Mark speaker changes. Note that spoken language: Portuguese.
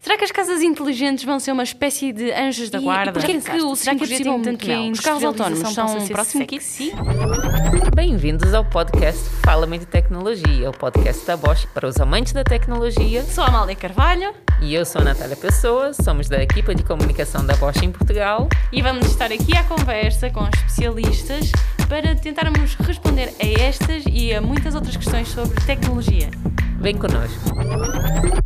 Speaker 1: Será que as casas inteligentes vão ser uma espécie de anjos da
Speaker 2: E- e
Speaker 1: guarda?
Speaker 2: porquê que
Speaker 1: Será
Speaker 2: o é
Speaker 1: será que é
Speaker 2: 5G
Speaker 1: precisam
Speaker 2: tem
Speaker 1: tanto
Speaker 2: que a
Speaker 1: Os carros autónomos
Speaker 2: industrialização
Speaker 1: são
Speaker 2: possa
Speaker 1: um
Speaker 2: ser
Speaker 1: próximo que
Speaker 2: sexy?
Speaker 1: sim?
Speaker 3: Bem-vindos ao podcast Fala-me de Tecnologia, o podcast da Bosch para os amantes da tecnologia.
Speaker 2: Sou a Amália Carvalho
Speaker 3: E eu sou a Natália Pessoa, somos da equipa de comunicação da Bosch em Portugal.
Speaker 2: e vamos estar aqui à conversa com especialistas para tentarmos responder a estas e a muitas outras questões sobre tecnologia.
Speaker 3: Vem connosco.